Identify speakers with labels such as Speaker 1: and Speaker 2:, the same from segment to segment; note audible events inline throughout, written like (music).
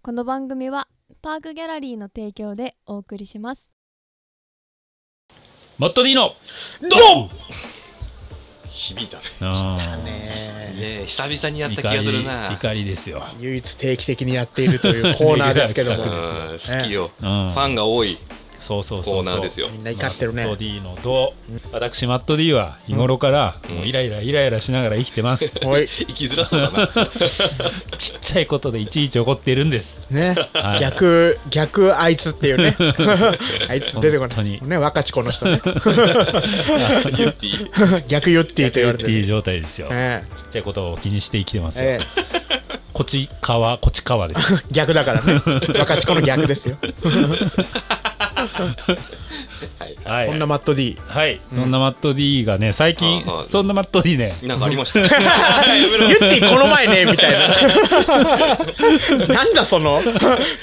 Speaker 1: この番組はパークギャラリーの提供でお送りします
Speaker 2: マット D の
Speaker 3: ドン響いたね
Speaker 2: あ
Speaker 4: だ
Speaker 2: ー
Speaker 3: ね
Speaker 4: ねえ久々にやった気がするな
Speaker 2: 怒りですよ。
Speaker 3: 唯一定期的にやっていると
Speaker 2: (laughs)
Speaker 3: いうコーナーですけど
Speaker 4: う
Speaker 3: も
Speaker 4: ん好きよフ
Speaker 2: うん
Speaker 4: ァンが多い
Speaker 2: そうそうそうそう
Speaker 4: コーナーですよ
Speaker 3: みんな怒ってるね
Speaker 2: マット D のド私マット D は日頃から
Speaker 4: うん
Speaker 2: もうイライライライラしながら生きてます、
Speaker 3: はい
Speaker 4: 生きづらそうだな
Speaker 2: ちっちゃいことでいちいち怒ってるんです
Speaker 3: ね
Speaker 2: はい
Speaker 3: 逆逆あいつっていう
Speaker 2: (laughs)
Speaker 3: ねあいつ出てこ
Speaker 2: 本当
Speaker 3: ない
Speaker 2: に
Speaker 3: ね若智子の人ね (laughs)
Speaker 4: 言っていい
Speaker 3: 逆ユッティと言われ
Speaker 2: ってていう
Speaker 3: る
Speaker 2: 状態ですよ、
Speaker 3: え
Speaker 2: ちっちゃいことを気にして生きてますよ、
Speaker 3: ええ
Speaker 2: こちかわこちかわ
Speaker 3: (laughs)
Speaker 2: です
Speaker 3: え逆
Speaker 2: (laughs)
Speaker 3: だからね若智子の逆ですよ
Speaker 4: はい
Speaker 2: はい
Speaker 3: こんなマット D
Speaker 2: はい、
Speaker 3: うん
Speaker 2: そんなマット D がね最近
Speaker 4: あーはい
Speaker 2: そんなマット D ね
Speaker 4: なんかありましたやめろ
Speaker 3: ユッティこの前ねみたい (laughs) ななんだその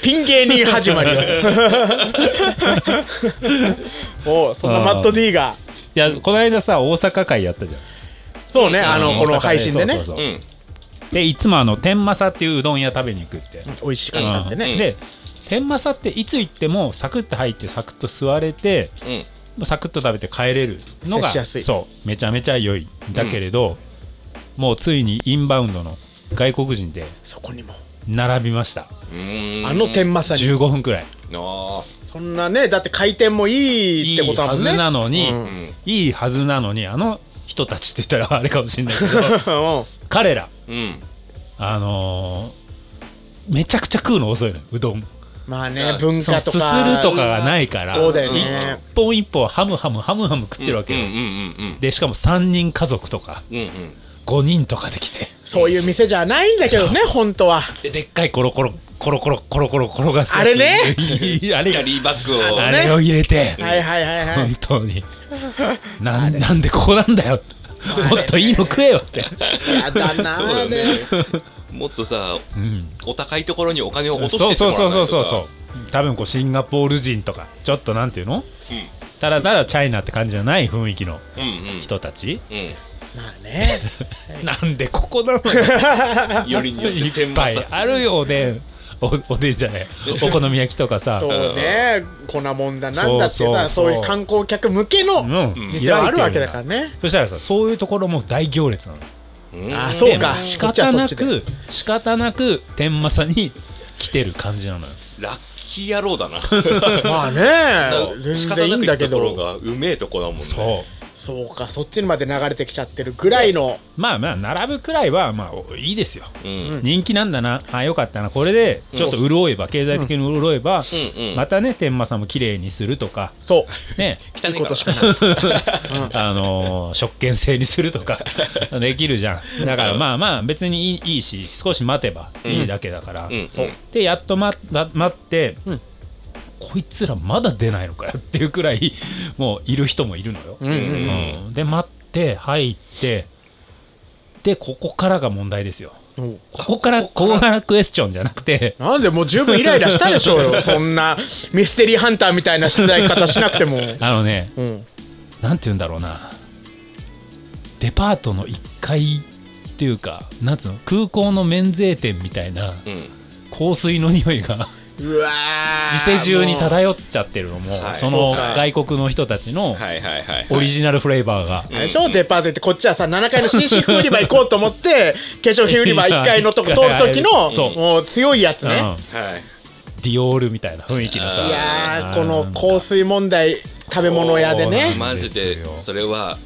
Speaker 3: ピン芸人始まり
Speaker 2: (laughs)
Speaker 3: はおうそんなマット D が
Speaker 2: いやこの間さ大阪会やったじゃん
Speaker 3: そうねあ
Speaker 2: う
Speaker 3: の
Speaker 2: ん
Speaker 3: こ
Speaker 2: 大阪
Speaker 3: の配信で
Speaker 2: そ
Speaker 3: ね
Speaker 2: うそう
Speaker 4: う
Speaker 2: そうんでいつもあの天正っていううどん屋食べに行くって
Speaker 3: 美味しかったんで
Speaker 4: うん
Speaker 3: ね
Speaker 2: で天正っていつ行ってもサクッと入ってサクッと座れて
Speaker 4: うん
Speaker 2: サクッと食べて帰れるのが
Speaker 3: 接しやすい
Speaker 2: そうめちゃめちゃ良いだけれど、もうついにインバウンドの外国人で
Speaker 3: そこにも
Speaker 2: 並びました
Speaker 4: うーん
Speaker 3: あの天正に
Speaker 2: 15分くらい
Speaker 4: あ
Speaker 3: そんなねだって回転もいいって
Speaker 2: い
Speaker 3: こ
Speaker 2: い
Speaker 3: と
Speaker 2: は
Speaker 3: だもん
Speaker 2: ず
Speaker 3: ね
Speaker 2: なのに、
Speaker 3: うん
Speaker 4: ーうん
Speaker 2: いいはずなのにあの人たちって言ったらあれ (laughs) かもしれないけど
Speaker 3: うん
Speaker 2: 彼ら
Speaker 4: うん
Speaker 2: あのーめちゃくちゃ食うの遅いのようどん
Speaker 3: (laughs) まあ
Speaker 4: う
Speaker 3: ね
Speaker 4: ん
Speaker 3: 文
Speaker 2: その
Speaker 3: 化
Speaker 2: す
Speaker 3: と
Speaker 2: する
Speaker 3: か
Speaker 2: とかがないから
Speaker 3: そうだよ
Speaker 4: うん
Speaker 2: 一
Speaker 3: ね
Speaker 2: 本一本ハムハムハムハム食ってるわけよ、
Speaker 4: うんうんうん
Speaker 2: でしかも3人家族とか
Speaker 4: うんうんうん
Speaker 2: 5人とかで来て
Speaker 3: そういう店じゃないんだけどね本当は
Speaker 2: ででっかいコロコロコロコロコロコロ転がすやつ
Speaker 3: あれね
Speaker 2: い (laughs) いあれ
Speaker 4: キャリーバッグを
Speaker 2: あれを入れて、
Speaker 3: はいはいはいは
Speaker 2: 本
Speaker 3: い
Speaker 2: 当
Speaker 3: (laughs)
Speaker 2: にななんでここなんだよもっといいの食えよって、
Speaker 3: やだな
Speaker 4: そうだよ
Speaker 3: あれ
Speaker 4: ねもっとさ
Speaker 2: うん、
Speaker 4: お高いところにお金を落として
Speaker 2: そうそうそうそうそう
Speaker 4: そ
Speaker 2: そう多分こうシンガポール人とかちょっとなんていうの
Speaker 4: うん
Speaker 2: ただただチャイナって感じじゃない雰囲気の
Speaker 4: うんうん
Speaker 2: 人たち、
Speaker 4: うん
Speaker 3: まあね
Speaker 2: なんでここなの
Speaker 3: (laughs)
Speaker 2: よ
Speaker 4: よりによ
Speaker 2: い
Speaker 4: って
Speaker 2: っ
Speaker 4: 天
Speaker 2: ぱ
Speaker 4: 正
Speaker 2: いあるよおでんおおでんじゃ
Speaker 3: (laughs)
Speaker 2: ないお好み焼きとかさ
Speaker 3: そうね粉もんだなんだって
Speaker 2: そうそうそ
Speaker 3: さ
Speaker 2: う
Speaker 3: そういう観光客向け
Speaker 2: う
Speaker 3: の
Speaker 2: ん、
Speaker 4: ん
Speaker 3: 店はあるわけだからね
Speaker 2: そしたらさそういうところも大行列なの
Speaker 4: うん
Speaker 3: あそうか
Speaker 2: で仕
Speaker 3: こっちは
Speaker 2: 方
Speaker 3: そっ
Speaker 2: な
Speaker 3: ちで
Speaker 2: く仕方なく天正に来てる感じなのよ
Speaker 4: ラッキー野郎だな
Speaker 3: まあね
Speaker 4: 仕
Speaker 3: 全
Speaker 4: 方
Speaker 3: 然いい
Speaker 4: なんく
Speaker 3: だ
Speaker 4: 行
Speaker 3: け
Speaker 4: くところ
Speaker 3: ど
Speaker 4: がうめえとこだもんね
Speaker 2: そう
Speaker 3: そうかそっちにまで流れてきちゃってるぐらいの
Speaker 2: まあまあ並ぶくらいはまあおいいですよ
Speaker 4: うんうん
Speaker 3: うん
Speaker 2: 人気なんだなあよかったなこれでちょっと潤えば経済的に潤えば、
Speaker 4: うん
Speaker 2: またね天満さんも綺麗にするとか
Speaker 3: そう
Speaker 2: ね
Speaker 4: 汚
Speaker 3: い
Speaker 4: い
Speaker 3: いこ
Speaker 4: こと
Speaker 3: と
Speaker 4: し
Speaker 3: し
Speaker 4: か
Speaker 3: か
Speaker 4: な
Speaker 3: ないい
Speaker 2: あのー食券制にするとかできるじゃんだからまあまあ別にいいいいし少し待てばいいだけだから、
Speaker 4: うん
Speaker 2: そうでやっと待待待って、
Speaker 3: うん
Speaker 2: こいつらまだ出ないのかよっていうくらい (laughs) もういる人もいるのよ、
Speaker 3: うんうん
Speaker 4: うん
Speaker 2: うんで待って入ってでここからが問題ですよ
Speaker 3: うん
Speaker 2: ここからここからクエスチョンじゃなくて
Speaker 3: なんでもう十分イライラしたでしょうよそんなミステリーハンターみたいな出題方しなくても、
Speaker 2: あのね
Speaker 3: うん、
Speaker 2: なんて言うんだろうなデパートの1階っていうかなんつうの空港の免税店みたいな
Speaker 4: うん
Speaker 2: 香水の匂いが
Speaker 3: うわー
Speaker 2: 店中に
Speaker 3: も
Speaker 2: 漂っちゃってるのも
Speaker 4: はい
Speaker 2: その
Speaker 4: そうか
Speaker 2: 外国の人たちの
Speaker 4: はいはいはい
Speaker 2: オリジナルフレーバーが
Speaker 3: うあれでしょデパート行ってこっちはさ7階の紳士服売り場行こうと思って化粧品売り場1階のとこ通る時の
Speaker 2: そう
Speaker 3: もう強いやつ
Speaker 2: うん
Speaker 3: ね、
Speaker 4: はい
Speaker 2: ディオールみたいな雰囲気のさ
Speaker 4: うん
Speaker 3: いや
Speaker 2: あ
Speaker 3: ー
Speaker 2: ー
Speaker 3: この香水問題食べ物屋で
Speaker 2: そう
Speaker 3: ね
Speaker 4: マジ
Speaker 2: で
Speaker 4: で
Speaker 2: すよ
Speaker 4: それは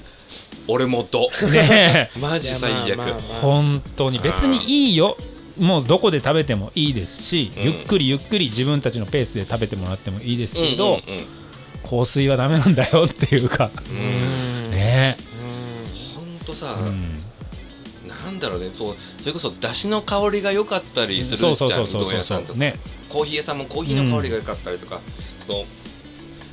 Speaker 4: 俺もど
Speaker 2: ねえ
Speaker 4: マジ最
Speaker 3: い
Speaker 4: 悪
Speaker 3: やまあまあまあ
Speaker 2: 本当に別にいいよもうどこで食べてもいいですし、
Speaker 4: うん
Speaker 2: ゆっくりゆっくり自分たちのペースで食べてもらってもいいですけど、
Speaker 4: うんうんうん
Speaker 2: 香水はダメなんだよっていうか
Speaker 3: うん
Speaker 2: ね
Speaker 4: ほんとさ
Speaker 2: え、うん
Speaker 4: なんだろうねそうそれこそ出汁の香りが良かったりするじゃ
Speaker 2: そ
Speaker 4: ん
Speaker 2: う
Speaker 4: う
Speaker 2: そうそう
Speaker 4: どん
Speaker 2: そう
Speaker 4: 屋さ
Speaker 2: そ
Speaker 4: んと
Speaker 2: う
Speaker 4: か、
Speaker 2: ね
Speaker 4: コーヒー屋さんもコーヒーの香りが良かったりとか、その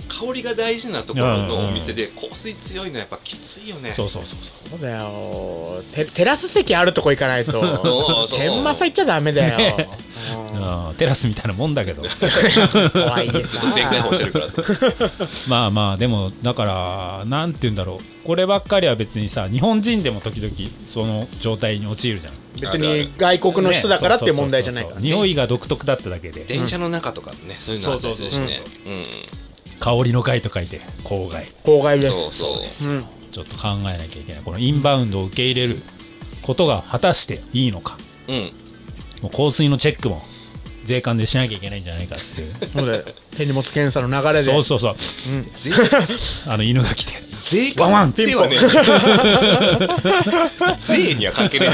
Speaker 4: 香りが大事なところのお店で香水強いのやっぱきついよね
Speaker 2: そうそうそう
Speaker 3: そうだよテテラス席あるとこ行かないと
Speaker 4: (laughs) そうそう
Speaker 3: 天正行っちゃダメだよ、
Speaker 2: ね
Speaker 3: う
Speaker 2: そ
Speaker 3: ん
Speaker 2: う、うん、テラスみたいなもんだけど (laughs)
Speaker 3: 怖いです
Speaker 4: ずっと全開放してるからさ
Speaker 2: まあまあでもだからなんて言うんだろうこればっかりは別にさ日本人でも時々その状態に陥るじゃん
Speaker 3: 別に外国の人だからっていう問題じゃないから、
Speaker 2: ねそうそうそうそう匂いが独特だっただけで
Speaker 4: 電車の中とかもね、そういうのあったりするしね
Speaker 2: 香りの害と書いて郊外
Speaker 3: 郊外
Speaker 4: うん
Speaker 3: です
Speaker 4: そうそう
Speaker 3: うん
Speaker 2: ちょっと考えなきゃいけないこのインバウンドを受け入れることが果たしていいのか
Speaker 4: うん
Speaker 2: もう香水のチェックも税関でしなきゃいけないんじゃないかっていう
Speaker 3: そうだよ手荷物検査の流 (laughs) れで
Speaker 2: そうそうそう
Speaker 3: うん
Speaker 4: 税
Speaker 2: あの犬が来て
Speaker 4: 税
Speaker 2: ワンワン
Speaker 4: 関税はね
Speaker 2: (laughs)
Speaker 4: 税には関係な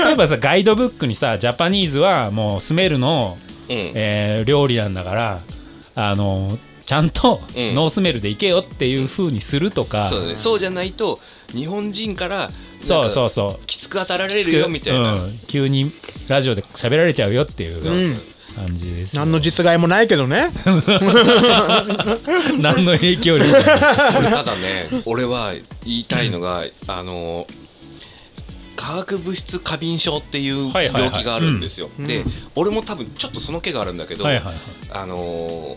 Speaker 4: い
Speaker 2: 例えばさガイドブックにさジャパニーズはもうスメルの、
Speaker 4: うん
Speaker 2: えー料理なんだからあのちゃんと
Speaker 4: うん
Speaker 2: ノースメルでいけよっていう風にするとか、
Speaker 4: そうだねそうじゃないと日本人からな
Speaker 2: そうんそ
Speaker 4: か
Speaker 2: うそう
Speaker 4: きつく当たられるよみたいな、
Speaker 2: うん、急にラジオで喋られちゃうよっていう
Speaker 3: うん
Speaker 2: 感じですよ、
Speaker 3: 何の実害もないけどね
Speaker 2: 何の影響力もない
Speaker 4: ただね俺は言いたいのが、あの化学物質過敏症っていう
Speaker 2: はい
Speaker 4: 病
Speaker 2: はいはい
Speaker 4: 気があるんですよ、
Speaker 3: うん
Speaker 4: で、
Speaker 3: うん
Speaker 4: 俺も多分ちょっとその気があるんだけど、
Speaker 2: はいはい
Speaker 4: あのー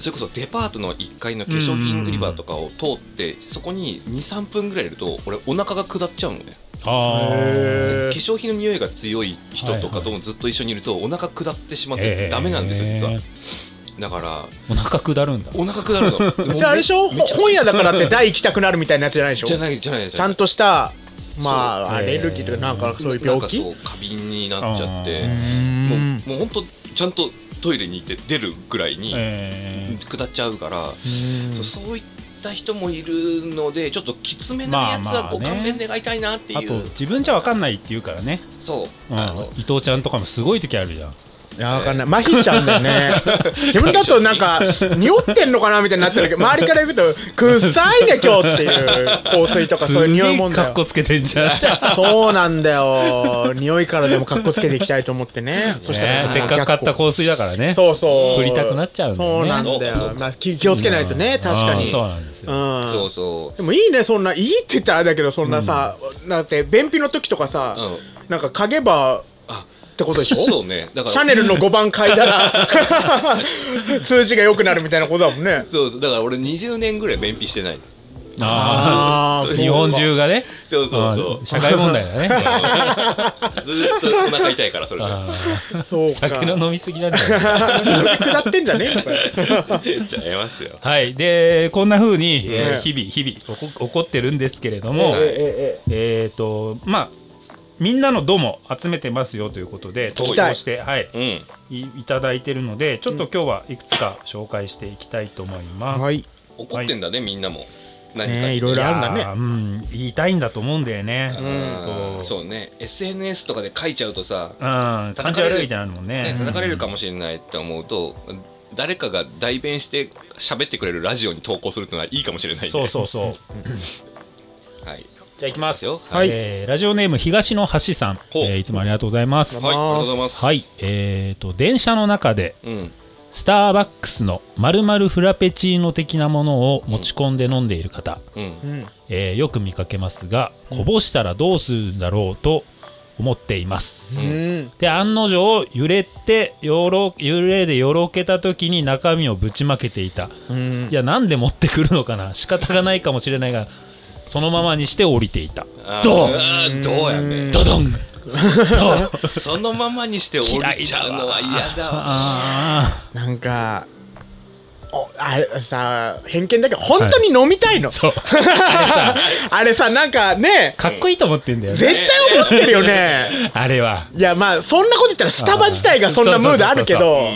Speaker 4: それこそデパートの1階の化粧品売り場とかを通って、そこに23分ぐらいいると俺お腹が下っちゃうのね
Speaker 2: あー
Speaker 4: 化
Speaker 3: へー
Speaker 4: 粧品の匂いが強い人とか
Speaker 2: はい
Speaker 4: ともずっと一緒にいるとお腹下ってしまっ
Speaker 2: え
Speaker 4: て
Speaker 2: ー
Speaker 4: ダメなんですよ、実はだから
Speaker 2: お腹下るんだ
Speaker 4: お腹下る
Speaker 3: (laughs)
Speaker 4: の
Speaker 3: じゃああれでしょ
Speaker 4: めちゃくちゃ
Speaker 3: 本屋だからって台行きたくなるみたいなやつじゃないでしょ
Speaker 4: じゃないじゃないじゃない
Speaker 3: ちゃんとしたまあア
Speaker 2: そう
Speaker 3: レルギーというかなんかそういう
Speaker 4: なん
Speaker 3: 病
Speaker 4: か
Speaker 3: 気
Speaker 4: そう過敏になっちゃっ
Speaker 2: う
Speaker 4: てもう
Speaker 3: ー
Speaker 4: もう本当ちゃんとトイレに行って出るぐらいに
Speaker 2: え
Speaker 4: 下っちゃうから、
Speaker 3: ん
Speaker 4: そうそういった人もいるのでちょっときつめなやつ
Speaker 2: まあま
Speaker 4: は
Speaker 2: あね
Speaker 4: ご勘弁願いたいなって
Speaker 2: ーあ
Speaker 4: いう、
Speaker 2: と自分じゃ分かんないって言うからね、
Speaker 4: そう
Speaker 2: うん
Speaker 4: あの、
Speaker 2: 伊藤ちゃんとかもすごい時あるじゃん
Speaker 3: いやわかんない麻痺しちゃうんだ
Speaker 4: (laughs)
Speaker 3: よね自分だとなんか匂ってんのかなみたいになってるけど周りから行くと「くっさいね今日」っていう香水とか
Speaker 2: す
Speaker 3: そういう匂
Speaker 2: げ
Speaker 3: い
Speaker 2: え
Speaker 3: もんだ
Speaker 2: かっ
Speaker 3: よ
Speaker 2: こつけてんじゃん
Speaker 3: そうなんだよ匂いからでもかっこつけていきたいと思ってねそしたら
Speaker 2: ねせっかく買った香水だからね
Speaker 3: そうそう
Speaker 2: 振りたくなっちゃうんだよね
Speaker 3: そうなんだ
Speaker 4: そうそ
Speaker 3: よ
Speaker 4: う
Speaker 3: まあ気気をつけないとね
Speaker 2: うん
Speaker 3: 確か
Speaker 2: うん
Speaker 3: に
Speaker 2: そうなんですよ、
Speaker 3: うん
Speaker 4: そうそ
Speaker 3: でもいいねそんないいって言ったらあれだけどそんなさ、だって便秘の時とかさ、
Speaker 4: う、うん、
Speaker 3: なんか嗅げば
Speaker 4: あ
Speaker 3: ってことでしょ
Speaker 4: そうねだから
Speaker 3: シャネルの5番嗅い
Speaker 4: (laughs)
Speaker 3: だら数字が良くなるみたいなことだもんね
Speaker 4: そうそうだから俺20年ぐらい便秘してない
Speaker 2: あ
Speaker 3: あ
Speaker 2: あ日本中がね
Speaker 4: そうそうそう
Speaker 2: うん社会問題だね
Speaker 4: ずーっとお腹痛いからそれ (laughs) が
Speaker 2: あ
Speaker 3: そう
Speaker 2: ー
Speaker 3: か
Speaker 2: 酒
Speaker 3: (laughs)
Speaker 2: の飲みすぎなんだよね
Speaker 3: 下ってんじゃねえ
Speaker 2: (laughs)
Speaker 3: のかよ
Speaker 4: 言っちゃいますよ
Speaker 2: はい、でこんな風に、えー
Speaker 3: うん
Speaker 2: 日々日々起こ起こってるんですけれども、
Speaker 4: うん
Speaker 3: えええ
Speaker 2: えっ、とまあみんなの「どうも」集めてますよということで投
Speaker 4: 聞
Speaker 2: 稿
Speaker 4: きた
Speaker 3: い
Speaker 2: して、はい、
Speaker 4: うん
Speaker 2: いいただいてるのでちょっと今日はいくつか紹介していきたいと思いま
Speaker 3: え
Speaker 2: す。
Speaker 3: はい
Speaker 4: 怒ってんだねみんなも何かに
Speaker 3: ねえいろいろあるんだ
Speaker 2: いや
Speaker 3: ね
Speaker 2: ーうん、言いたいんだと思うんだよね。
Speaker 4: うん
Speaker 2: そう
Speaker 4: そうね SNS とかで書いちゃうとさ、
Speaker 2: うん、感じ悪いってなるもんね
Speaker 4: ね、。叩かれるか
Speaker 2: も。
Speaker 4: もしれないって思うと、誰かが代弁して喋ってくれるラジオに投稿するってのはいいかもしれないね、
Speaker 2: そうそうそう。
Speaker 4: うはい
Speaker 2: じゃあいきますよ。
Speaker 4: はい
Speaker 2: えーラジオネーム東の橋さん、
Speaker 4: ほう
Speaker 2: えーいつもありがとうございます。
Speaker 4: はいありがとうございます
Speaker 2: はい、えーと電車の中で
Speaker 4: うん
Speaker 2: スターバックスのまるまるフラペチーノ的なものを持ち込んで飲んでいる方、
Speaker 4: うん
Speaker 3: うん
Speaker 2: えーよく見かけますがこぼしたらどうするんだろうと思っています、
Speaker 4: う
Speaker 3: うん
Speaker 2: で案の定揺れてよろ揺れでよろけた時に中身をぶちまけていた
Speaker 3: うん
Speaker 2: いやなんで持ってくるのかな仕方がないかもしれないがそのままにして降りていた
Speaker 4: あー
Speaker 2: どう
Speaker 4: あーどうやね
Speaker 2: ドドンそう
Speaker 4: そのままにして降
Speaker 2: 嫌
Speaker 4: り
Speaker 2: い
Speaker 4: ちゃうのは嫌だわ
Speaker 2: わ
Speaker 3: なんかおあれさ偏見だけど本当に飲みたいの、
Speaker 2: そう
Speaker 3: あれさなんかね
Speaker 2: (laughs) かっこいいと思ってんだよね
Speaker 3: 絶対思ってるよね
Speaker 2: あれはい
Speaker 3: やまあそんなこと言ったらスタバ自体がそんなムードあるけ
Speaker 2: そう
Speaker 3: ど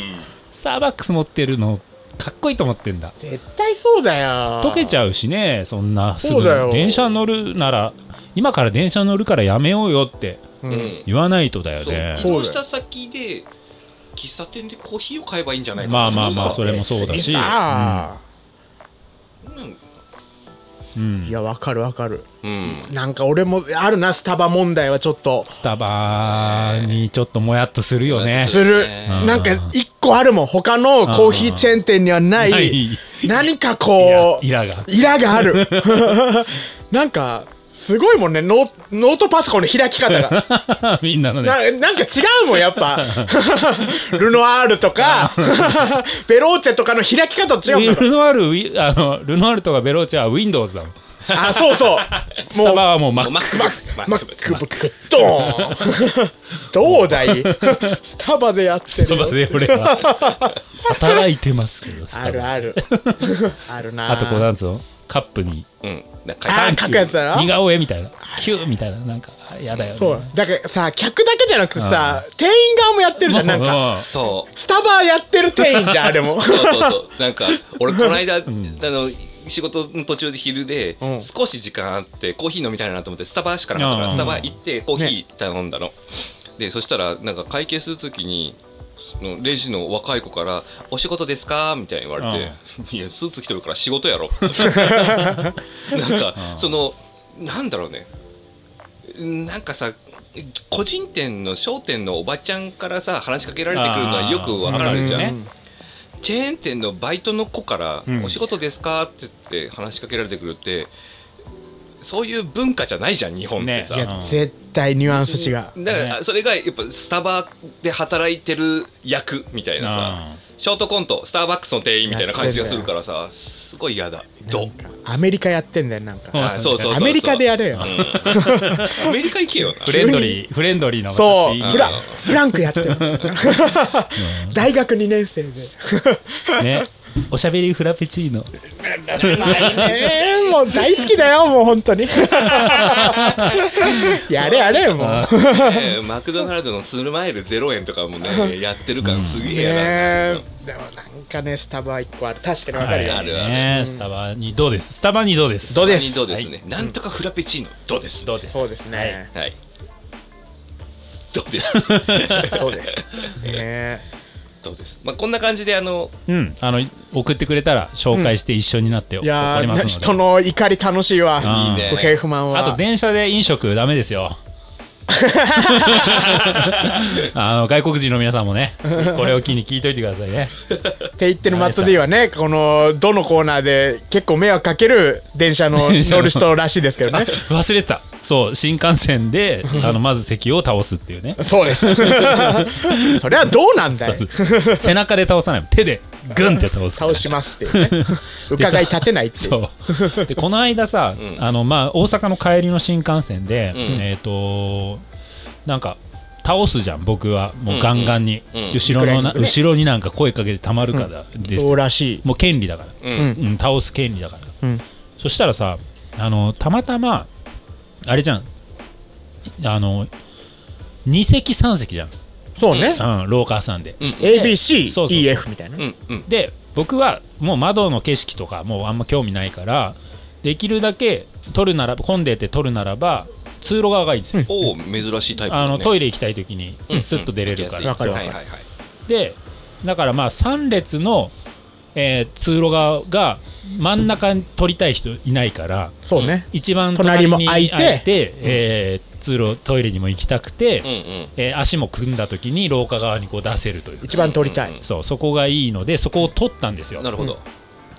Speaker 2: スターバックス持ってるのかっこいいと思ってんだ
Speaker 3: 絶対そうだよ
Speaker 2: 溶けちゃうしねそんなす
Speaker 3: そ
Speaker 2: ぐ
Speaker 3: うだよ
Speaker 2: 電車乗るなら今から電車乗るからやめようよって
Speaker 3: う、
Speaker 4: うんん、
Speaker 2: 言わないとだよ
Speaker 4: そう移
Speaker 2: ね
Speaker 4: 動した先で喫茶店でコーヒーを買えばいいんじゃないか
Speaker 2: まあまあまあ
Speaker 4: そ
Speaker 2: それもそうだし、
Speaker 3: 別にさ
Speaker 4: うん
Speaker 2: うん
Speaker 3: いやわかるわかる
Speaker 4: うん
Speaker 3: なんか俺もあるなスタバ問題はちょっと
Speaker 2: スタバにちょっともやっとするよね
Speaker 3: する
Speaker 4: うん
Speaker 3: なんか一個あるもん他のコーヒーチェーン店にはな
Speaker 2: ないい
Speaker 3: 何
Speaker 2: い
Speaker 3: か
Speaker 2: や
Speaker 3: こう
Speaker 2: イラが
Speaker 3: イラがある (laughs) なんかすごいもんねノノートパソコンの開
Speaker 2: (laughs)
Speaker 3: き方が
Speaker 2: みんなのね
Speaker 3: ななんか違うもんやっぱ (laughs) ルノアールとか (laughs) ベローチェとかの開き方と違うんだから
Speaker 2: ルノワールウィあのルノワールとかベローチェは Windows だもん
Speaker 3: あそうそう
Speaker 2: (laughs) スタ
Speaker 3: う
Speaker 2: バはもうマッ
Speaker 4: マックブックマ
Speaker 3: マ
Speaker 4: ッ
Speaker 3: ッ
Speaker 4: ク
Speaker 3: ク
Speaker 4: ブッ
Speaker 3: ブックド
Speaker 2: (laughs)
Speaker 3: ーンどうだいスタバでやって
Speaker 2: スタ
Speaker 3: る
Speaker 2: バ
Speaker 3: よ
Speaker 2: で俺は働いてますけどス
Speaker 3: あ
Speaker 2: タ
Speaker 3: る
Speaker 2: バ
Speaker 3: ある
Speaker 2: (laughs)
Speaker 3: あるな
Speaker 2: あとこうなんつうのカップに
Speaker 4: クうんなん
Speaker 3: あ
Speaker 4: か
Speaker 3: ー書くやつだな
Speaker 2: 似顔絵みたいなキューみたいななんかやだよね
Speaker 3: そうだからさ客だけじゃなくてさ店員側もやってるじゃんなんか
Speaker 2: か
Speaker 4: そう
Speaker 3: スタバやってる店員じゃんあれも
Speaker 4: そうそうそうなんか俺この間、あの仕事の途中で昼で、
Speaker 3: うん
Speaker 4: 少し時間あってコーヒー飲みたいなと思ってスタバしかなかったか
Speaker 2: う
Speaker 4: ら
Speaker 2: ん
Speaker 4: スタバ行ってコーヒー頼んだの、でそしたらなんか会計するときにそのレジの若い子から「お仕事ですか?」みたいに言われて「いやスーツ着てるから仕事やろ」
Speaker 2: (laughs)
Speaker 4: なんか
Speaker 2: うん
Speaker 4: そのなんだろうねなんかさ個人店の商店のおばちゃんからさ話しかけられてくるのはよくわかるじゃん、
Speaker 2: あーわかるね
Speaker 4: チェーン店のバイトの子から
Speaker 2: う
Speaker 4: 「
Speaker 2: ん
Speaker 4: お仕事ですか?」って言って話しかけられてくるってそういう文化じゃないじゃん日本ってさ、
Speaker 3: い
Speaker 2: ね
Speaker 3: や絶対ニュアンス違う
Speaker 4: だから
Speaker 2: ね
Speaker 4: それがやっぱスタバで働いてる役みたいなさショートコントスターバックスの店員みたいな感じがするからさすごい嫌だ
Speaker 3: な
Speaker 4: ど
Speaker 3: んかアメリカやってんだよなんか
Speaker 4: あそうそうそうそう
Speaker 3: アメリカでやれよ
Speaker 4: うんアメリカ行けよな
Speaker 3: (laughs)
Speaker 2: フレンドリーフレンドリーな私
Speaker 3: そう
Speaker 4: うん
Speaker 3: フラフランクやってる大学2年生で
Speaker 4: (laughs)
Speaker 2: ねおしゃべりフラペチーノ
Speaker 3: えーもう大好きだよもう本
Speaker 4: (laughs)
Speaker 3: 当にやれやれもう
Speaker 4: ねマクドナルドのスルマイル0円とかもねやってる感すげえ
Speaker 3: ね
Speaker 4: やな
Speaker 3: えでもなんかねスタバ1個ある確かにわかるよ、
Speaker 4: はいある
Speaker 2: ねスタバにどうですスタバにどうです
Speaker 3: どうです
Speaker 4: 何どうですね、なんとかフラペチーノどうです
Speaker 2: どうです
Speaker 3: そうですね、
Speaker 4: はいどうです
Speaker 3: どうですねえ
Speaker 4: (laughs) どうですまあこんな感じであの
Speaker 2: うんあの送ってくれたら紹介して一緒になって
Speaker 3: い
Speaker 2: 送り
Speaker 3: や
Speaker 2: ますの
Speaker 3: ー
Speaker 2: で
Speaker 3: 人の怒り楽しいわ
Speaker 4: いい
Speaker 2: あー
Speaker 4: ね
Speaker 3: 不平不満は
Speaker 2: あと電車で飲食ダメです (laughs) よあの外国人の皆さんもねこれを機に聞いといてくださいね
Speaker 3: って言ってるマット D はねこのどのコーナーで結構迷惑かける (laughs) 電車の乗る人らしいですけどね
Speaker 2: 忘れてたそう新幹線であのまず席を倒すっていうね
Speaker 3: そうです (laughs) それはどうなんだい
Speaker 2: 背中で倒さない手でグンって倒すから
Speaker 3: 倒しますっていうね伺い立てない (laughs) っていう
Speaker 2: そう (laughs) でこの間さ、
Speaker 4: うん
Speaker 2: あのまあ、大阪の帰りの新幹線で、
Speaker 4: うん
Speaker 2: えっ、となんか倒すじゃん僕はもうガンガンに、
Speaker 4: うんうんうん
Speaker 2: 後ろのな
Speaker 3: クライニングね
Speaker 2: 後ろになんか声かけてたまるからですよ、
Speaker 3: そうらしい
Speaker 2: もう権利だから、
Speaker 4: う
Speaker 3: うん
Speaker 4: ん
Speaker 2: うん、倒す権利だから
Speaker 3: うん
Speaker 2: そしたらさあのたまたまあれじゃんあの2席3席じゃん、
Speaker 3: そうね
Speaker 2: うん、廊下挟んで
Speaker 4: うん
Speaker 2: そうそう
Speaker 3: ABCEF みたいな
Speaker 4: うんうん
Speaker 2: で僕はもう窓の景色とかもうあんま興味ないからできるだけ撮るなら混んでて撮るならば通路側がいいんですよ、
Speaker 4: おお珍しいタイプ
Speaker 2: あのト
Speaker 4: イ
Speaker 2: イレ行きたい時にスッと出れるから、
Speaker 3: わかるわか
Speaker 4: はいは
Speaker 3: る
Speaker 4: いはい
Speaker 2: でだからまあ3列の、えー通路側が真ん中に撮りたい人いないから
Speaker 3: そうね
Speaker 2: 一番
Speaker 3: 隣
Speaker 2: 隣
Speaker 3: も
Speaker 2: に
Speaker 3: 空
Speaker 2: 空
Speaker 3: い
Speaker 2: い
Speaker 3: て
Speaker 2: てえー通路トイレにも行きたくて、
Speaker 4: うん
Speaker 2: えー足も組んだ時に廊下側にこう出せるという
Speaker 3: 一番取りた
Speaker 4: うん
Speaker 3: い
Speaker 2: そうそこがいいのでそこを取ったんです
Speaker 4: う
Speaker 2: よ
Speaker 4: んなるほど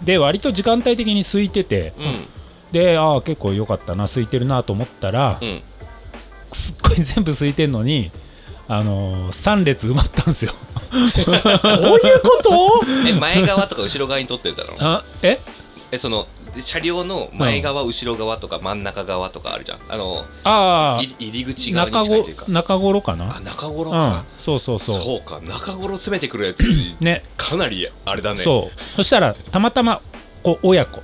Speaker 2: で割と時間帯的に空いてて
Speaker 4: うん
Speaker 2: でああ結構良かったな空いてるなと思ったら、
Speaker 4: うん
Speaker 2: すっごい (laughs) 全部空いてんのにあのー、3列埋まったんですよ
Speaker 3: どういうこと (laughs)
Speaker 4: え前側とか後ろ側に撮ってたの
Speaker 2: あえ
Speaker 4: えその車両の前側後ろ側とか真ん中側とかあるじゃんあの
Speaker 2: ああ
Speaker 4: い入り口側に
Speaker 2: 中
Speaker 4: 近い
Speaker 2: ご
Speaker 4: というか
Speaker 2: 中頃か
Speaker 4: あ
Speaker 2: な
Speaker 4: 中頃
Speaker 2: うん
Speaker 4: か
Speaker 2: そうそうそう
Speaker 4: そうか中頃攻めてくるやつ
Speaker 2: ね
Speaker 4: かなりあれだね
Speaker 2: そうそしたらたまたまこう親子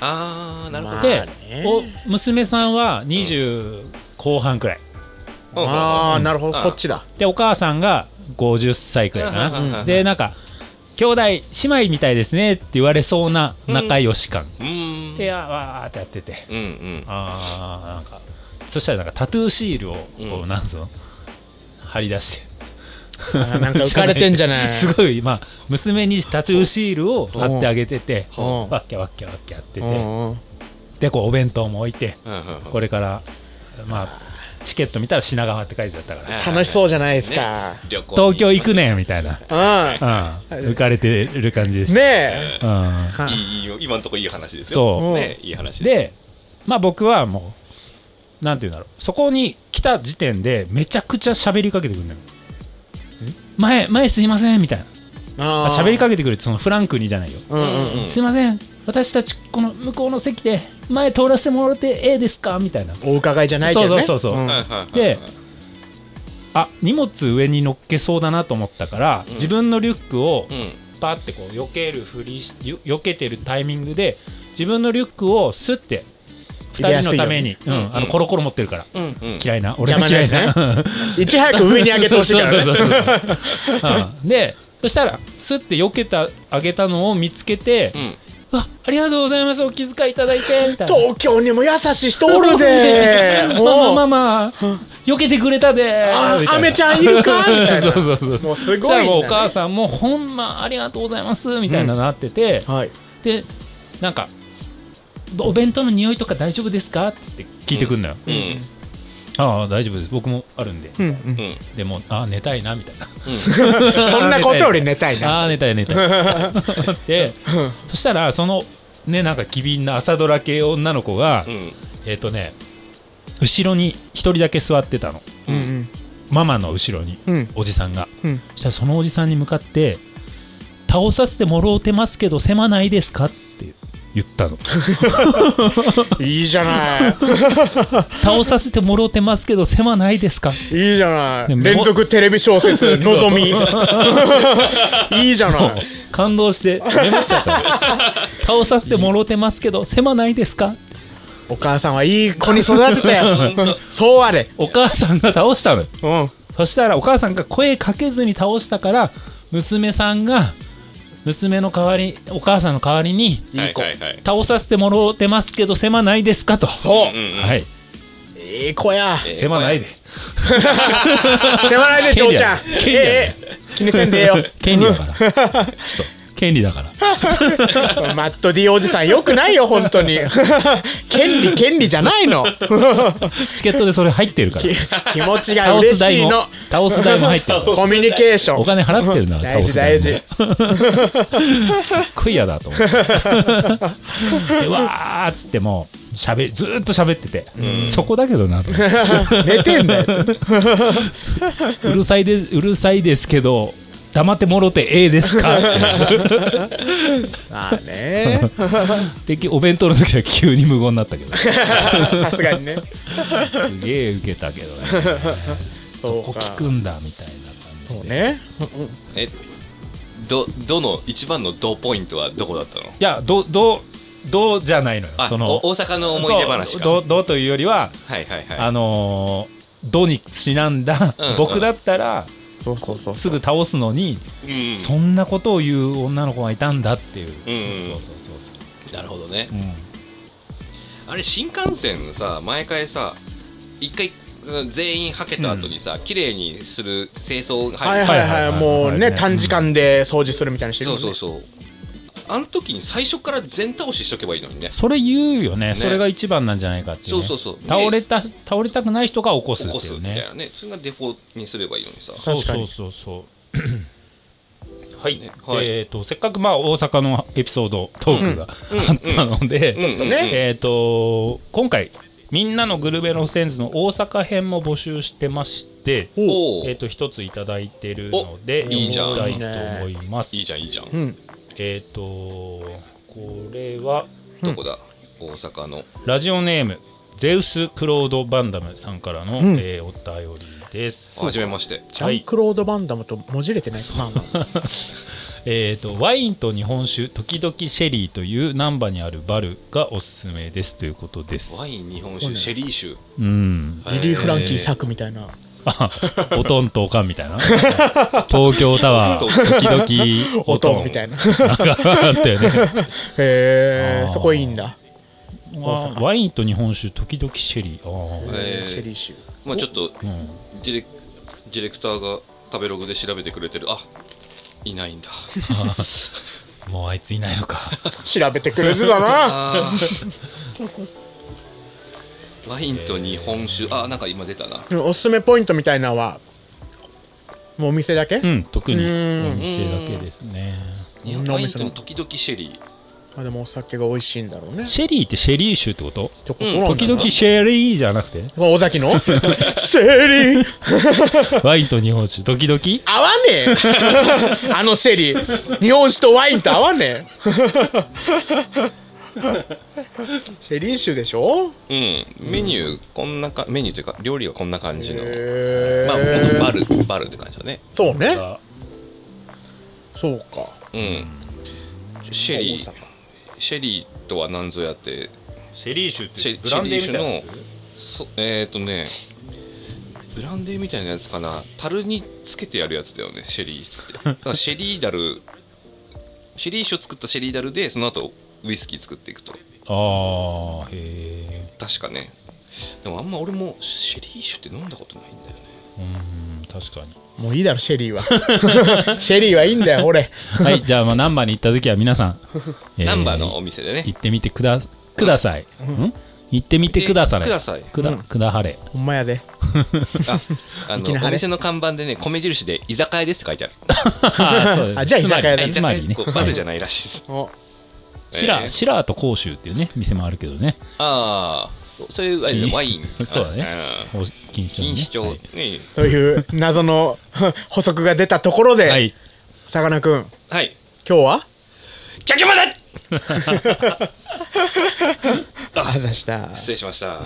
Speaker 4: ああなるほど
Speaker 2: でお
Speaker 3: で
Speaker 2: 娘さんは20後半くらい
Speaker 4: うんうんうん
Speaker 3: ああなるほど
Speaker 4: うん
Speaker 3: そっちだ
Speaker 2: でお母さんが50歳くらいかな
Speaker 4: うん
Speaker 2: でなんか兄弟姉妹みたいですねって言われそうな仲良し感、
Speaker 4: うーん
Speaker 2: であわーってやってて
Speaker 4: うんうん
Speaker 2: あーなんかそしたらなんかタトゥーシールをこう、
Speaker 4: うん
Speaker 2: なんつうの貼り出して
Speaker 3: あーなんか浮かれてんじゃ (laughs) な
Speaker 2: (laughs)
Speaker 3: い
Speaker 2: すごいまあ娘にタトゥーシールを貼ってあげてて
Speaker 3: うん
Speaker 2: わっきゃわっきゃわっきゃやって
Speaker 3: う
Speaker 2: て
Speaker 3: んうん
Speaker 2: でこうお弁当も置いて
Speaker 4: うんうんうん
Speaker 2: これからまあチケット見たら品川って書いてあったから
Speaker 3: 楽しそうじゃないですか
Speaker 4: 旅行
Speaker 2: 東京行く
Speaker 4: ね
Speaker 2: ねみたいな、う
Speaker 3: う
Speaker 2: ん、浮かれてる感じで
Speaker 3: ん
Speaker 2: した、
Speaker 3: ね
Speaker 2: うん、
Speaker 3: え
Speaker 4: いいいいよ今のとこいい話ですよ
Speaker 2: そう
Speaker 3: うん
Speaker 4: ねいい話す
Speaker 2: でまあ僕はもうなんて言うんだろうそこに来た時点でめちゃくちゃ喋りかけてくるのよ前前すいませんみたいな
Speaker 3: あー
Speaker 2: 喋りかけてくるってそのフランクにじゃないよ
Speaker 3: うんうんうん
Speaker 4: ん
Speaker 2: すいません私たちこの向こうの席で前通らせてもらってええですかみたいな
Speaker 3: お伺いじゃないけどね
Speaker 2: そうそうそうそうん
Speaker 4: はいはいはいはい
Speaker 2: であ荷物上に乗っけそうだなと思ったから、自分のリュックを
Speaker 4: うん
Speaker 2: パってこう避けるふりしよ避けてるタイミングで自分のリュックをスッて
Speaker 3: 入れ
Speaker 2: 2
Speaker 3: や
Speaker 2: 人
Speaker 3: す
Speaker 2: のた
Speaker 3: いように
Speaker 2: めに、うんあ
Speaker 4: うんう
Speaker 2: の
Speaker 4: ん
Speaker 2: コロコロ持ってるから
Speaker 4: うんうん
Speaker 2: 嫌いな俺が嫌い
Speaker 3: 邪魔
Speaker 2: な、
Speaker 3: いち早く上に上げてほしいから
Speaker 2: そう
Speaker 3: ね
Speaker 2: そうそうそううん (laughs) でそしたらスッて避けたあげたのを見つけて
Speaker 4: うん
Speaker 2: 「うわありがとうございますお気遣いいただいて」みたいな。
Speaker 3: 東京にも優しい人おるで
Speaker 2: まあまあ
Speaker 3: も
Speaker 2: ま
Speaker 3: う
Speaker 2: あまあ避けてくれたで
Speaker 3: あ
Speaker 2: みたいな
Speaker 3: アメちゃんいるかみたい
Speaker 2: そう
Speaker 3: な
Speaker 2: そうそう
Speaker 3: もうす
Speaker 2: じ
Speaker 3: ご
Speaker 2: ゃあ
Speaker 3: い
Speaker 2: もうお
Speaker 3: ね
Speaker 2: 母さんもほんまありがとうございますみたいなのなってて、
Speaker 3: はい
Speaker 2: でなんかお弁当の匂いとか大丈夫ですかって聞いてくんのよ、
Speaker 4: うん
Speaker 2: ああ大丈夫です僕もあるんで
Speaker 3: うんうん
Speaker 4: うん
Speaker 2: でもああ寝たいなみたいな
Speaker 3: そんなことより寝たい
Speaker 4: (laughs)
Speaker 3: な
Speaker 2: ああ寝たい寝たいで
Speaker 3: うん
Speaker 2: そしたらそのねなんか機敏な朝ドラ系女の子が、
Speaker 4: うん
Speaker 2: えっ、とね後ろに一人だけ座ってたの
Speaker 3: うん
Speaker 2: ママの後ろに
Speaker 3: うんうん
Speaker 2: おじさんが
Speaker 3: うん
Speaker 2: そしたらそのおじさんに向かって「倒させてもろうてますけど狭ないですか?」って言ったの
Speaker 3: いいじゃ
Speaker 2: (laughs)
Speaker 3: ない
Speaker 2: 倒させてもろうてますけど狭ないですか
Speaker 3: いいじゃな
Speaker 2: で
Speaker 3: い
Speaker 2: も
Speaker 3: 連続テレビ小説のぞみいいじゃない
Speaker 2: 感動してメモっちゃったの倒させてもろうてますけど狭ないですか
Speaker 3: お母さんはいい子に育てたよそうあれ
Speaker 2: お母さんが倒したのよ
Speaker 3: うん
Speaker 2: そしたらお母さんが声かけずに倒したから娘さんが娘の代わりお母さんの代わりに
Speaker 4: はいはいはい
Speaker 2: 倒させてもろうてますけど狭ないですかと
Speaker 3: そ
Speaker 4: うん
Speaker 3: う
Speaker 4: うんうん
Speaker 2: はい
Speaker 3: いい子や
Speaker 4: えー
Speaker 2: 狭ないで
Speaker 3: 手間ないで嬢ちゃん
Speaker 2: 権利や
Speaker 3: ええ気にせんでえ
Speaker 2: (laughs)
Speaker 3: えよ
Speaker 2: 権利だからちょっと権利だから
Speaker 3: マット D おじさんよくないよ本
Speaker 2: (laughs)
Speaker 3: 当に権利権利じゃないの
Speaker 2: チケットでそれ入ってる
Speaker 3: (laughs)
Speaker 2: から
Speaker 3: き気持ちが
Speaker 2: 倒
Speaker 3: 嬉
Speaker 2: す代
Speaker 3: しい
Speaker 2: も
Speaker 3: の
Speaker 2: 倒す代も入
Speaker 3: (laughs)
Speaker 2: ってる
Speaker 3: コミュニケーション
Speaker 2: お金払ってるな
Speaker 3: 大
Speaker 2: 倒
Speaker 3: 事
Speaker 2: す代も
Speaker 3: 大事
Speaker 2: すっごい嫌だと思
Speaker 3: (laughs)
Speaker 2: ってでわーっつってもうしゃべずーっと喋ってて、そこだけどなと思って
Speaker 3: 寝てんだよ
Speaker 2: うるさいですうるさいですけど黙ってもろてええです
Speaker 3: (laughs)
Speaker 2: か
Speaker 3: まあね
Speaker 2: でお弁当の時は急に無言になったけどす
Speaker 3: さすがにね
Speaker 2: げえウケたけどね
Speaker 3: そ
Speaker 2: こ
Speaker 3: う
Speaker 2: こ聞
Speaker 3: か
Speaker 2: くんだみたいな感
Speaker 3: そ
Speaker 2: じ
Speaker 3: う
Speaker 2: で、
Speaker 3: ね
Speaker 4: えどどの一番のドポイントはどこだったの
Speaker 2: いやどどうどうじゃないのよ
Speaker 4: あ
Speaker 2: そ
Speaker 4: お
Speaker 2: の
Speaker 4: 大阪の思い出話
Speaker 2: そう
Speaker 4: か
Speaker 2: どうどうというよりは、
Speaker 4: はいはいはい
Speaker 2: あのーどうにちなんだ、
Speaker 4: うんうん
Speaker 2: 僕だったら
Speaker 3: そうそうそう
Speaker 2: すぐ倒すのに、
Speaker 4: うん
Speaker 2: そんなことを言う女の子がいたんだっていう、
Speaker 4: うんうん
Speaker 2: そうそうそうそう
Speaker 4: なるほどね
Speaker 2: うん
Speaker 4: あれ新幹線のさ毎回さ一回うん全員はけた後にさ、綺麗にする清掃
Speaker 3: は
Speaker 4: 入
Speaker 3: い
Speaker 4: る
Speaker 3: はい
Speaker 2: はいはいはい
Speaker 3: は
Speaker 2: い
Speaker 3: もう
Speaker 2: は
Speaker 3: ね
Speaker 2: いはい
Speaker 3: 短時間で掃除するみたいにしてる
Speaker 4: そう
Speaker 3: もんね
Speaker 4: そうそうあの時に最初から全倒ししとけばいいのにね
Speaker 2: それ言うよねそれが一番なんじゃないかっていう、
Speaker 4: そ
Speaker 2: ね、
Speaker 4: うそうそう
Speaker 2: 倒れた倒れたくない人が起こすっ
Speaker 4: 起こ
Speaker 2: てい
Speaker 4: す
Speaker 2: う
Speaker 4: みたい
Speaker 2: ね
Speaker 4: なねそれがデフォにすればいいのにさ
Speaker 2: そう
Speaker 3: 確か
Speaker 2: そ
Speaker 3: に
Speaker 2: うそうそうはい、
Speaker 4: ねはい
Speaker 2: えー、とせっかくまあ大阪のエピソードトークが、
Speaker 4: うん
Speaker 2: あったので、
Speaker 4: うんうんうん
Speaker 2: えー、と今回みんなのグルメロステンズの大阪編も募集してまして、
Speaker 4: おお、
Speaker 2: えー、と一ついただいてるので
Speaker 4: おいいじゃん
Speaker 2: 読みたいと思います
Speaker 4: いいじゃんいいじゃん、
Speaker 3: うん
Speaker 2: えっ、とこれは
Speaker 4: どこだ大阪の
Speaker 2: ラジオネームゼウス・クロード・バンダムさんからの、
Speaker 3: うん
Speaker 2: えーお便りです
Speaker 4: はじめまして
Speaker 3: ジャンクロード・バンダムともじれてないまあまあ
Speaker 2: えー、とワインと日本酒時々シェリーという難波にあるバルがおすすめですということです
Speaker 4: ワイン日本酒シェリー酒
Speaker 3: (laughs)
Speaker 2: うん
Speaker 3: リリー・フランキー
Speaker 4: さ
Speaker 3: 作みたいな
Speaker 2: あおとんとおかんみたいな東京タワー時々お
Speaker 3: お
Speaker 2: と
Speaker 3: とん
Speaker 2: ん
Speaker 3: みたいな
Speaker 2: なんかあったよね
Speaker 3: へ
Speaker 2: あ
Speaker 3: え
Speaker 2: ー
Speaker 3: そこいいんだ
Speaker 2: わワインと日本酒時々シェリーあー
Speaker 4: へー
Speaker 3: シェリー州
Speaker 4: まあちょっと
Speaker 2: うん
Speaker 4: ディレディレクターが食べログで調べてくれてるあいないんだ
Speaker 2: もうあいついないのか
Speaker 3: 調べてくれるだな
Speaker 4: あーワインと日本酒あなんか今出たな
Speaker 3: うんおすすめポイントみたいなのはもうお店だけ
Speaker 2: うん特に
Speaker 3: うん
Speaker 2: お店だけですね
Speaker 4: 日
Speaker 3: こ
Speaker 4: 本
Speaker 3: んなお
Speaker 4: ワイン
Speaker 3: 店
Speaker 4: と
Speaker 3: の
Speaker 4: 時々シェリー
Speaker 3: あでもお酒が美味しいんだろうね
Speaker 2: シェリーってシェリー酒ってこと
Speaker 3: ってことなんだな
Speaker 2: 時々シェリーじゃなくて
Speaker 3: 尾
Speaker 4: (laughs)
Speaker 3: 崎のシェリー
Speaker 2: ワインと日本酒時々
Speaker 3: 合わねえ (laughs) あのシェリー日本酒とワインと合わねえ (laughs) シェリー酒でし
Speaker 4: う
Speaker 3: ょ
Speaker 4: んメニューこんなかメニューというか料理はこんな感じの
Speaker 3: へえ
Speaker 4: まあ本当にバルバルって感じだね
Speaker 3: そうね
Speaker 2: あ
Speaker 3: そうか
Speaker 4: うんシェリー
Speaker 3: 大阪
Speaker 4: シェリーとは何ぞやって
Speaker 2: シェリー酒っ
Speaker 4: シェシェリー酒そえっ、ー、とねブランデーみたいなやつかな樽につけてやるやつだよねシェリーってだ (laughs) からシェリーダルシェリー酒を作ったシェリーダルでその後ウイスキー作っていくと
Speaker 2: ああへえ
Speaker 4: 確かねでもあんま俺もシェリー酒って飲んだことないんだよね
Speaker 2: うん確かに
Speaker 3: もういいだろシェリーはシェリーはいいん (laughs) だよ俺
Speaker 2: はいじゃあまあ難波に行った時は皆さんえー
Speaker 4: 難波のお店でね
Speaker 2: 行ってみてくだください、ん、行ってみてくだされ
Speaker 4: ください
Speaker 2: くだ,、くだはれ
Speaker 3: ほんまやで
Speaker 2: (laughs)
Speaker 4: ああ
Speaker 3: いきなり
Speaker 4: のお店の看板でね米印で居酒屋ですって書いてあ
Speaker 2: (laughs)
Speaker 4: る
Speaker 2: あそうです
Speaker 3: あじゃあ居酒屋だ
Speaker 4: あ
Speaker 3: ね
Speaker 4: 居
Speaker 2: つ
Speaker 4: 酒
Speaker 2: ま
Speaker 4: 屋
Speaker 2: りね
Speaker 4: こうバルじゃないらしいです
Speaker 3: お
Speaker 2: シラ
Speaker 4: えー
Speaker 2: シラーと甲州っていうね店もあるけどね
Speaker 4: ああそういうあれだ
Speaker 2: いい
Speaker 4: ワイン
Speaker 2: (laughs) そうだね
Speaker 4: あ
Speaker 2: お錦
Speaker 4: うん錦
Speaker 2: 糸
Speaker 4: 糸
Speaker 2: 町の
Speaker 4: 町
Speaker 2: ね
Speaker 4: ね
Speaker 3: という謎の (laughs) 補足が出たところで、
Speaker 2: はい、はい
Speaker 3: さかなクン
Speaker 4: はい
Speaker 3: 今日は
Speaker 4: キャキャマだ
Speaker 3: あざした
Speaker 4: 失礼しました